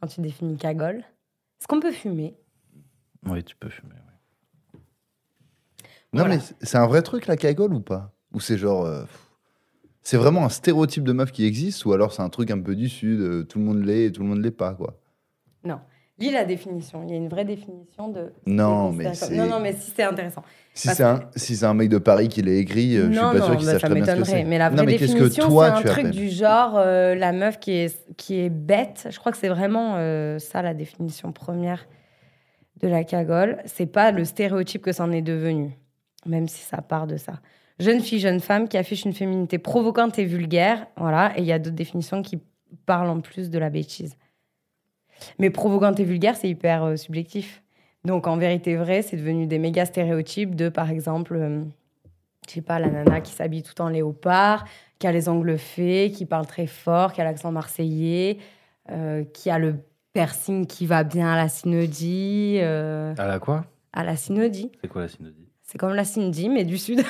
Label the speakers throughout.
Speaker 1: quand tu définis cagole. Est-ce qu'on peut fumer
Speaker 2: Oui, tu peux fumer. ouais.
Speaker 3: Non,
Speaker 1: Voilà.
Speaker 3: mais c'est- c'est un vrai truc, la cagole, ou pas Ou c'est genre. euh, pff, c'est vraiment un stéréotype de meuf qui existe, ou alors c'est un truc un peu du Sud, euh, tout le monde l'est et tout le monde l'est pas, quoi.
Speaker 1: Lis la définition. Il y a une vraie définition de.
Speaker 3: Non,
Speaker 1: de-
Speaker 3: mais c'est-
Speaker 1: non, non, mais si c'est intéressant.
Speaker 3: Si
Speaker 1: Parce
Speaker 3: c'est un, si c'est un mec de Paris qui l'a écrit, euh, je suis
Speaker 1: non,
Speaker 3: pas
Speaker 1: non,
Speaker 3: sûr qu'il
Speaker 1: bah,
Speaker 3: sache
Speaker 1: ça
Speaker 3: très bien ce que
Speaker 1: m'étonnerait.
Speaker 3: c'est.
Speaker 1: Mais la
Speaker 3: Non,
Speaker 1: vraie
Speaker 3: mais qu'est-ce que
Speaker 1: définition,
Speaker 3: toi,
Speaker 1: c'est un
Speaker 3: tu
Speaker 1: truc
Speaker 3: appelles
Speaker 1: du genre euh, la meuf qui est, qui est bête. Je crois que c'est vraiment euh, ça la définition première de la cagole. C'est pas le stéréotype que c'en est devenu, même si ça part de ça. Jeune fille, jeune femme qui affiche une féminité provocante et vulgaire. Voilà, et il y a d'autres définitions qui parlent en plus de la bêtise. Mais provocante et vulgaire, c'est hyper euh, subjectif. Donc en vérité vraie, c'est devenu des méga stéréotypes de, par exemple, euh, je sais pas, la nana qui s'habille tout en léopard, qui a les ongles faits, qui parle très fort, qui a l'accent marseillais, euh, qui a le piercing qui va bien à la synodie. euh,
Speaker 2: À la quoi
Speaker 1: à la synodie.
Speaker 2: C'est quoi la synodie
Speaker 1: C'est comme la synodie, mais du sud.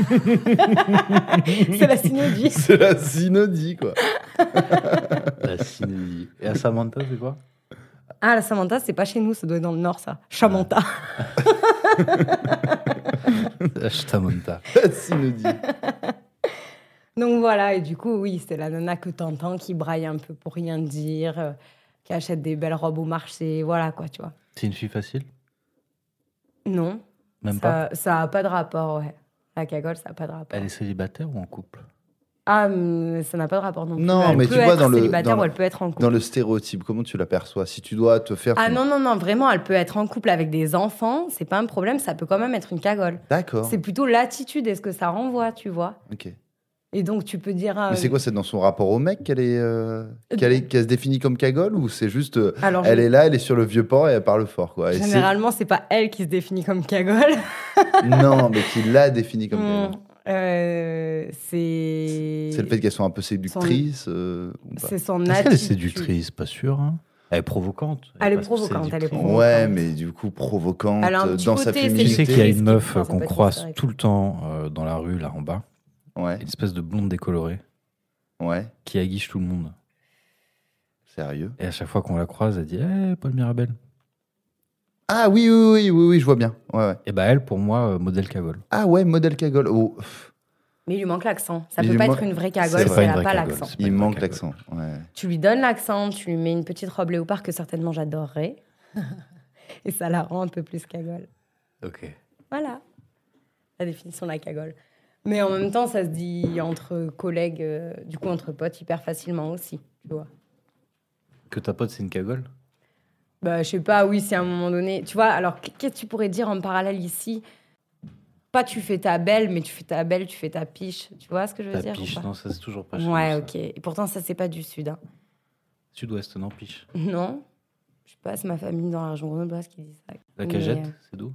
Speaker 1: c'est la synodie.
Speaker 3: C'est la synodie, quoi.
Speaker 2: La synodie. Et à Samantha, c'est quoi
Speaker 1: Ah, la Samantha, c'est pas chez nous, ça doit être dans le nord, ça. Chamanta.
Speaker 2: La Shtamanta.
Speaker 3: La synodie.
Speaker 1: Donc voilà, et du coup, oui, c'est la nana que t'entends qui braille un peu pour rien dire, euh, qui achète des belles robes au marché, voilà quoi, tu vois.
Speaker 2: C'est une fille facile
Speaker 1: Non,
Speaker 2: Même pas
Speaker 1: ça, ça a pas de rapport, ouais. La cagole, ça a pas de rapport.
Speaker 2: Elle est célibataire ou en couple
Speaker 1: Ah, mais ça n'a pas de rapport non plus.
Speaker 3: Non,
Speaker 1: elle
Speaker 3: mais
Speaker 1: peut
Speaker 3: tu
Speaker 1: être
Speaker 3: vois, dans le-
Speaker 1: célibataire
Speaker 3: dans
Speaker 1: ou
Speaker 3: le-
Speaker 1: elle peut être en couple.
Speaker 3: Dans le stéréotype, comment tu l'aperçois Si tu dois te faire.
Speaker 1: Ah non, non, non, vraiment, elle peut être en couple avec des enfants, c'est pas un problème, ça peut quand même être une cagole.
Speaker 3: D'accord.
Speaker 1: C'est plutôt l'attitude et ce que ça renvoie, tu vois.
Speaker 3: Ok.
Speaker 1: Et donc, tu peux dire. euh,
Speaker 3: Mais c'est quoi C'est dans son rapport au mec qu'elle est, euh, qu'elle est- qu'elle se définit comme cagole ou c'est juste euh,
Speaker 1: Alors,
Speaker 3: elle est là, elle est sur le vieux port et elle parle fort quoi. Et c'est-
Speaker 1: généralement, c'est pas elle qui se définit comme cagole.
Speaker 3: non, mais qui l'a définie comme
Speaker 1: Hmm,
Speaker 3: cagole
Speaker 1: euh, c'est.
Speaker 3: C'est le fait qu'elle soit un peu séductrice euh, ou pas
Speaker 1: C'est son
Speaker 2: Est-ce qu'elle est
Speaker 1: attitude.
Speaker 2: séductrice Pas sûr. hein elle est provocante.
Speaker 1: Elle est
Speaker 2: pas
Speaker 1: provocante, elle est
Speaker 2: séductrice.
Speaker 1: provocante.
Speaker 3: Ouais, mais du coup provocante
Speaker 1: Elle a un
Speaker 3: euh,
Speaker 1: petit
Speaker 3: dans sa
Speaker 1: côté
Speaker 2: Tu
Speaker 3: féminité.
Speaker 2: sais qu'il y a une
Speaker 1: Séductrice,
Speaker 2: meuf
Speaker 1: non,
Speaker 2: euh,
Speaker 1: ça
Speaker 2: qu'on
Speaker 1: peut être ça,
Speaker 2: croise
Speaker 1: ouais.
Speaker 2: tout le temps euh, dans la rue, là en bas,
Speaker 3: Ouais,
Speaker 2: une espèce de blonde décolorée
Speaker 3: ouais,
Speaker 2: qui aguiche tout le monde.
Speaker 3: sérieux.
Speaker 2: Et à chaque fois qu'on la croise, elle dit Eh, Paul Mirabel.
Speaker 3: Ah oui, oui, oui, oui, oui, je vois bien. Ouais, ouais.
Speaker 2: Et bah, elle, pour moi, euh, modèle cagole.
Speaker 3: Ah ouais, modèle cagole. Oh, pff,
Speaker 1: Mais il lui manque l'accent. Ça
Speaker 3: Il
Speaker 1: peut
Speaker 3: lui
Speaker 1: pas
Speaker 3: man-
Speaker 1: être une vraie
Speaker 3: C'est
Speaker 1: cagole
Speaker 3: pas
Speaker 1: si elle
Speaker 2: une
Speaker 1: a
Speaker 2: vraie
Speaker 1: pas
Speaker 2: cagole,
Speaker 1: l'accent.
Speaker 2: c'est pas
Speaker 3: il
Speaker 2: une
Speaker 3: manque
Speaker 2: vraie
Speaker 3: l'accent. Ouais.
Speaker 1: Tu lui donnes l'accent, tu lui mets une petite robe léopard que certainement j'adorerais. Et ça la rend un peu plus cagole.
Speaker 2: cagole. Ok.
Speaker 1: Voilà. La définition de la cagole. Mais en même temps, ça se dit entre collègues, euh, du coup entre potes, hyper facilement aussi, tu vois.
Speaker 2: Que ta pote, c'est une cagole
Speaker 1: Bah, je sais pas, oui, si à un moment donné. Tu vois, alors qu'est-ce que tu pourrais dire en parallèle ici Pas tu fais ta belle, mais tu fais ta belle, tu fais ta piche. Tu vois ce que je veux
Speaker 2: Ta
Speaker 1: dire ou
Speaker 2: piche,
Speaker 1: pas
Speaker 2: non, ça c'est toujours pas chez
Speaker 1: Ouais,
Speaker 2: nous,
Speaker 1: ok.
Speaker 2: ça.
Speaker 1: Et pourtant, ça, c'est pas du Sud. hein.
Speaker 2: Sud-Ouest, non, piche.
Speaker 1: Non. Je sais pas, c'est ma famille dans la région grenobloise qui dit ça.
Speaker 2: La
Speaker 1: Mais,
Speaker 2: cagette,
Speaker 1: euh,
Speaker 2: c'est d'où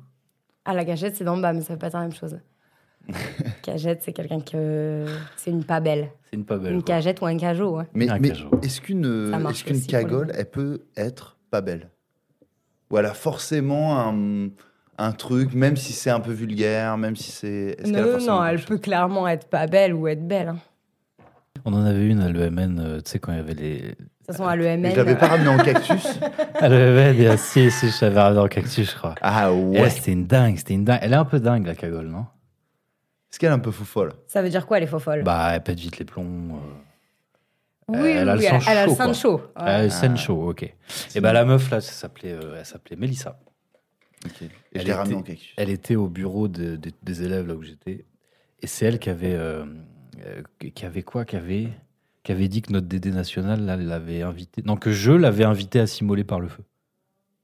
Speaker 1: Ah, la cagette, c'est d'en bas, mais ça veut pas dire la même chose. cagette, c'est quelqu'un que. C'est une pas belle.
Speaker 2: C'est une pas belle.
Speaker 1: Une
Speaker 2: quoi.
Speaker 1: cagette ou un hein. cajot, ouais.
Speaker 3: Mais,
Speaker 2: Un
Speaker 3: mais
Speaker 2: cajou.
Speaker 3: est-ce qu'une
Speaker 1: Ça
Speaker 3: euh,
Speaker 1: marche
Speaker 3: est-ce qu'une
Speaker 1: aussi pour les
Speaker 3: cagole,
Speaker 1: hommes.
Speaker 3: elle peut être pas belle Ou elle a forcément un, un truc, même si c'est un peu vulgaire, même si c'est. est-ce qu'elle a
Speaker 1: Non,
Speaker 3: forcément
Speaker 1: non,
Speaker 3: quelque
Speaker 1: elle
Speaker 3: chose
Speaker 1: peut clairement être pas belle ou être belle. hein.
Speaker 2: On en avait une à l'EMN, euh, tu sais, quand il y avait les.
Speaker 1: De toute façon, à l'EMN.
Speaker 3: Mais Je l'avais pas ramenée en cactus
Speaker 2: À l'EMN, il y a si, si, je t'avais ramené en cactus, je crois.
Speaker 3: Ah
Speaker 2: Et là,
Speaker 3: ouais
Speaker 2: c'était une dingue, c'était une dingue. Elle est un peu dingue, la cagole, non
Speaker 3: Est-ce qu'elle est un peu foufolle
Speaker 1: Ça veut dire quoi, les faux folles
Speaker 2: Bah, elle pète vite les plombs. euh,
Speaker 1: Oui,
Speaker 2: elle a le
Speaker 1: oui,
Speaker 2: sang
Speaker 1: elle a le
Speaker 2: chaud,
Speaker 1: sein
Speaker 2: quoi.
Speaker 1: chaud. ouais.
Speaker 2: Euh,
Speaker 3: Ah.
Speaker 2: Sancho, ok. Et bah, la meuf, là, ça s'appelait, euh, elle s'appelait Mélissa.
Speaker 3: Ok. Et
Speaker 2: Elle
Speaker 3: je l'ai ramenée
Speaker 2: était-
Speaker 3: en cactus.
Speaker 2: Elle était au bureau de- de- des élèves, là où j'étais. Et c'est elle qui avait. euh, euh, qui avait quoi qui avait, qui avait dit que notre DD national, là, l'avait invité. Non, que je l'avais invité à s'immoler par le feu.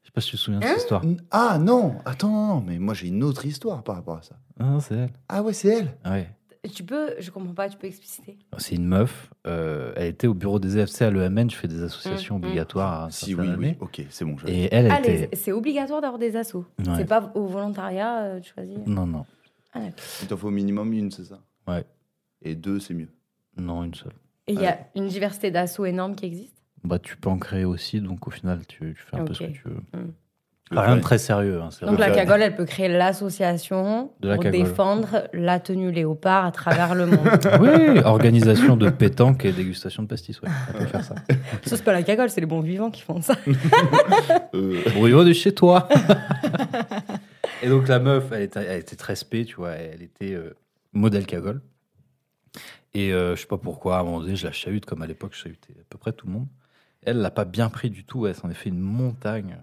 Speaker 2: Je sais pas si tu te souviens de cette histoire.
Speaker 3: N- Ah non Attends, non, non, mais moi j'ai une autre histoire par rapport à ça.
Speaker 2: Non, non, c'est elle.
Speaker 3: Ah ouais, c'est elle
Speaker 2: Ouais.
Speaker 1: Tu peux, je comprends pas, tu peux expliciter.
Speaker 2: C'est une meuf. euh, elle était au bureau des EFC à l'EMN. Je fais des associations
Speaker 1: Mm, mm.
Speaker 2: obligatoires à Ah, un
Speaker 3: Si,
Speaker 2: certain
Speaker 3: oui, oui,
Speaker 2: année.
Speaker 3: ok, c'est bon. je-
Speaker 2: Et elle, elle
Speaker 1: Ah, les-
Speaker 2: était.
Speaker 1: c'est obligatoire d'avoir des assos.
Speaker 2: Ouais.
Speaker 1: C'est pas au volontariat, euh, tu choisis.
Speaker 2: Non, non.
Speaker 3: Il t'en faut au minimum une, c'est ça
Speaker 2: Ouais.
Speaker 3: Et deux, c'est mieux.
Speaker 2: Non, une seule.
Speaker 1: Et il y a une diversité d'assos énorme qui existe.
Speaker 2: Bah, tu peux en créer aussi. Donc, au final, tu, tu fais un peu
Speaker 1: Ok.
Speaker 2: ce que tu veux.
Speaker 3: Le
Speaker 2: Rien de
Speaker 3: vrai.
Speaker 2: très sérieux. hein, c'est
Speaker 1: Donc
Speaker 2: vrai.
Speaker 1: la cagole, elle peut créer l'association
Speaker 2: De la
Speaker 1: pour
Speaker 2: cagole.
Speaker 1: défendre la tenue léopard à travers le monde.
Speaker 2: Oui, organisation de pétanque et dégustation de pastis. Ouais, on peut faire ça.
Speaker 1: Ça, c'est pas la cagole, c'est les bons vivants qui font ça.
Speaker 3: Euh,
Speaker 2: Au niveau de chez toi. et donc la meuf, elle était, elle était très spé, tu vois, elle était euh, modèle cagole. Et euh, je sais pas pourquoi, à un moment donné, je la chahute comme à l'époque, je chahutais à peu près tout le monde. Elle l'a pas bien pris du tout, elle s'en est fait une montagne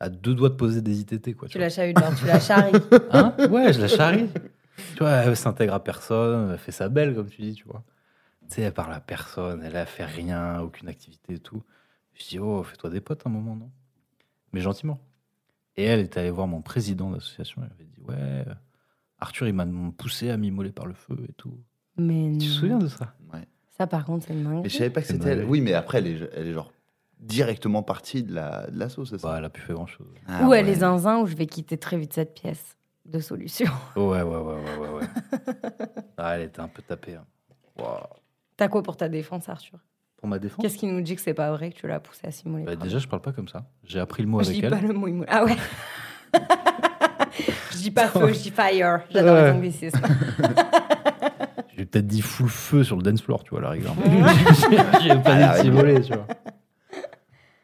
Speaker 2: à deux doigts de poser des ITT, quoi.
Speaker 1: Tu la chahutes, genre, tu la charries.
Speaker 2: Hein ouais, je la charrie. Tu vois, elle s'intègre à personne, elle fait sa belle, comme tu dis, tu vois. Tu sais, elle parle à personne, elle a fait rien, aucune activité et tout. Je dis, oh, fais-toi des potes un moment, non Mais gentiment. Et elle est allée voir mon président d'association, elle avait dit, ouais, euh, Arthur, il m'a poussé à m'immoler par le feu et tout.
Speaker 1: Mais non.
Speaker 2: Tu te souviens de ça
Speaker 3: ouais.
Speaker 1: Ça, par contre, c'est une
Speaker 3: Mais
Speaker 1: dinguerie.
Speaker 3: je savais pas que
Speaker 2: Eh ben
Speaker 3: c'était elle.
Speaker 2: oui.
Speaker 3: Oui, mais après, elle est, elle est genre directement partie de la, de la sauce, c'est ça
Speaker 2: Bah, elle a pu faire grand-chose.
Speaker 3: Ah
Speaker 1: ou
Speaker 3: ouais.
Speaker 1: elle est zinzin, ou je vais quitter très vite cette pièce de solution.
Speaker 2: Oh, Ouais, ouais, ouais, ouais, ouais. ouais. Ah, elle était un peu tapée. hein. Waouh.
Speaker 1: T'as quoi pour ta défense, Arthur
Speaker 2: Pour ma défense
Speaker 1: Qu'est-ce qui nous dit que c'est pas vrai que tu l'as poussé à simuler
Speaker 2: bah,
Speaker 1: par-
Speaker 2: Déjà, je parle pas comme ça. J'ai appris le mot
Speaker 1: Je
Speaker 2: avec
Speaker 1: dis
Speaker 2: elle.
Speaker 1: pas le mot immo- Ah ouais Je dis pas feu, je dis fire. J'adore
Speaker 2: Ouais.
Speaker 1: les anglicismes.
Speaker 2: J'ai peut-être dit full feu sur le dance floor, tu vois, à la rigueur. J'ai
Speaker 3: À la
Speaker 2: pas dit
Speaker 3: rigueur.
Speaker 2: voler, tu vois.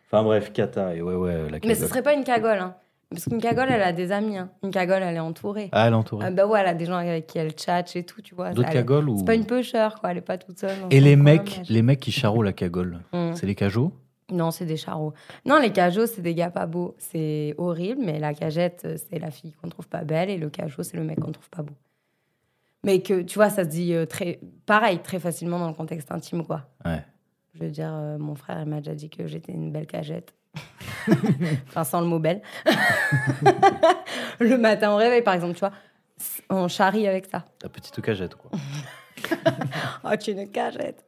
Speaker 2: Enfin bref, Kata et ouais, ouais, la
Speaker 1: Mais ce serait pas une cagole. Hein. Parce qu'une cagole, elle a des amis. hein. Une cagole, elle est entourée.
Speaker 2: Ah,
Speaker 1: Ah
Speaker 2: l'entourée.
Speaker 1: bah ouais, elle a des gens avec qui elle tchatche et tout, tu vois.
Speaker 2: D'autres
Speaker 1: Elle-
Speaker 2: cagoles ou.
Speaker 1: C'est pas une pêcheur, quoi. Elle est pas toute seule. dans
Speaker 2: Et
Speaker 1: son
Speaker 2: les
Speaker 1: coin,
Speaker 2: mecs,
Speaker 1: machin.
Speaker 2: les mecs qui charrot la cagole,
Speaker 1: Mm.
Speaker 2: c'est les cajots
Speaker 1: Non, c'est des charros. Non, les cajots, c'est des gars pas beaux. C'est horrible, mais la cagette, euh, c'est la fille qu'on trouve pas belle et le cajot, c'est le mec qu'on trouve pas beau. Mais que, tu vois, ça se dit euh, très, pareil, très facilement dans le contexte intime, quoi.
Speaker 2: Ouais.
Speaker 1: Je veux dire, euh, mon frère, il m'a déjà dit que j'étais une belle cagette. enfin, sans le mot belle. le matin au réveil, par exemple, tu vois, on charrie avec ça.
Speaker 2: La petite cagette, quoi.
Speaker 1: Oh, tu es une cagette.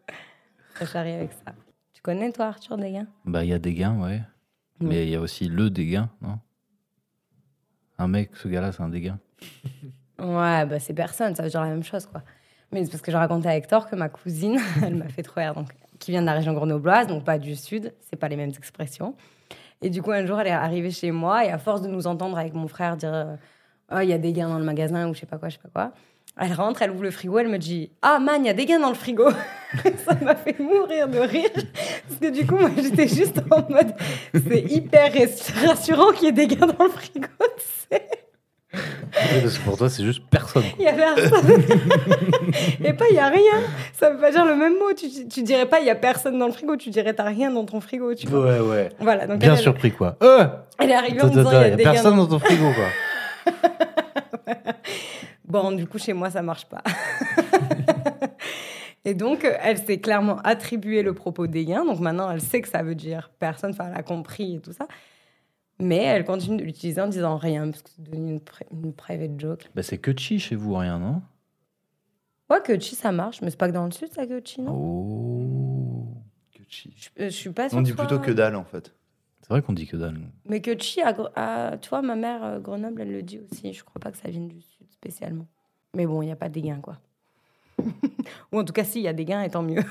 Speaker 1: On charrie avec ça. Tu connais, toi, Arthur, des gars
Speaker 2: bah, il y a des gains, ouais.
Speaker 1: Mm.
Speaker 2: Mais il y a aussi le dégain, non Un mec, ce gars-là, c'est un dégain.
Speaker 1: Ouais, bah c'est personne, ça veut dire la même chose, quoi. Mais c'est parce que je racontais à Hector que ma cousine, elle m'a fait trop rire, donc, qui vient de la région grenobloise, donc pas du sud, c'est pas les mêmes expressions. Et du coup, un jour, elle est arrivée chez moi, et à force de nous entendre avec mon frère dire euh, Oh, il y a des gains dans le magasin, ou je sais pas quoi, je sais pas quoi. Elle rentre, elle ouvre le frigo, elle me dit Ah, man, il y a des gains dans le frigo Ça m'a fait mourir de rire. Parce que du coup, moi, j'étais juste en mode C'est hyper rassurant qu'il y ait des gains dans le frigo, tu sais.
Speaker 2: Parce que pour toi, c'est juste personne, quoi.
Speaker 1: Il y avait un- Et pas, il y a rien. Ça veut pas dire le même mot. Tu, tu dirais pas, il y a personne dans le frigo. Tu dirais, t'as rien dans ton frigo. Tu vois.
Speaker 2: Ouais, ouais.
Speaker 1: Voilà. Donc
Speaker 2: Bien
Speaker 1: elle,
Speaker 2: surpris, quoi. Euh
Speaker 1: Elle est arrivée en Ah, me
Speaker 2: Attends,
Speaker 1: disant,
Speaker 2: attends,
Speaker 1: il y a
Speaker 2: y a
Speaker 1: des gains
Speaker 2: personne dans ton frigo, quoi.
Speaker 1: Bon, du coup, chez moi, ça marche pas. Et donc, euh, elle s'est clairement attribué le propos des gains. Donc maintenant, elle sait que ça veut dire personne. Enfin, elle a compris et tout ça. Mais elle continue de l'utiliser en disant rien, parce que c'est devenu une, pri- une private joke.
Speaker 2: Bah, c'est que chi chez vous, rien, non
Speaker 1: Ouais, que chi, ça marche, mais c'est pas que dans le sud, ça, que chi, non
Speaker 2: Oh.
Speaker 3: Que chi.
Speaker 1: je, euh, je suis pas sûre
Speaker 3: On dit
Speaker 1: que ce
Speaker 3: plutôt
Speaker 1: soit-
Speaker 3: que dalle, en fait.
Speaker 2: C'est vrai qu'on dit que dalle. nous.
Speaker 1: Mais que chi, à, Gre- à- tu vois, ma mère, euh, Grenoble, elle le dit aussi. Je crois pas que ça vienne du sud spécialement. Mais bon, il n'y a pas des gains, quoi. Ou en tout cas, s'il y a des gains, et tant mieux.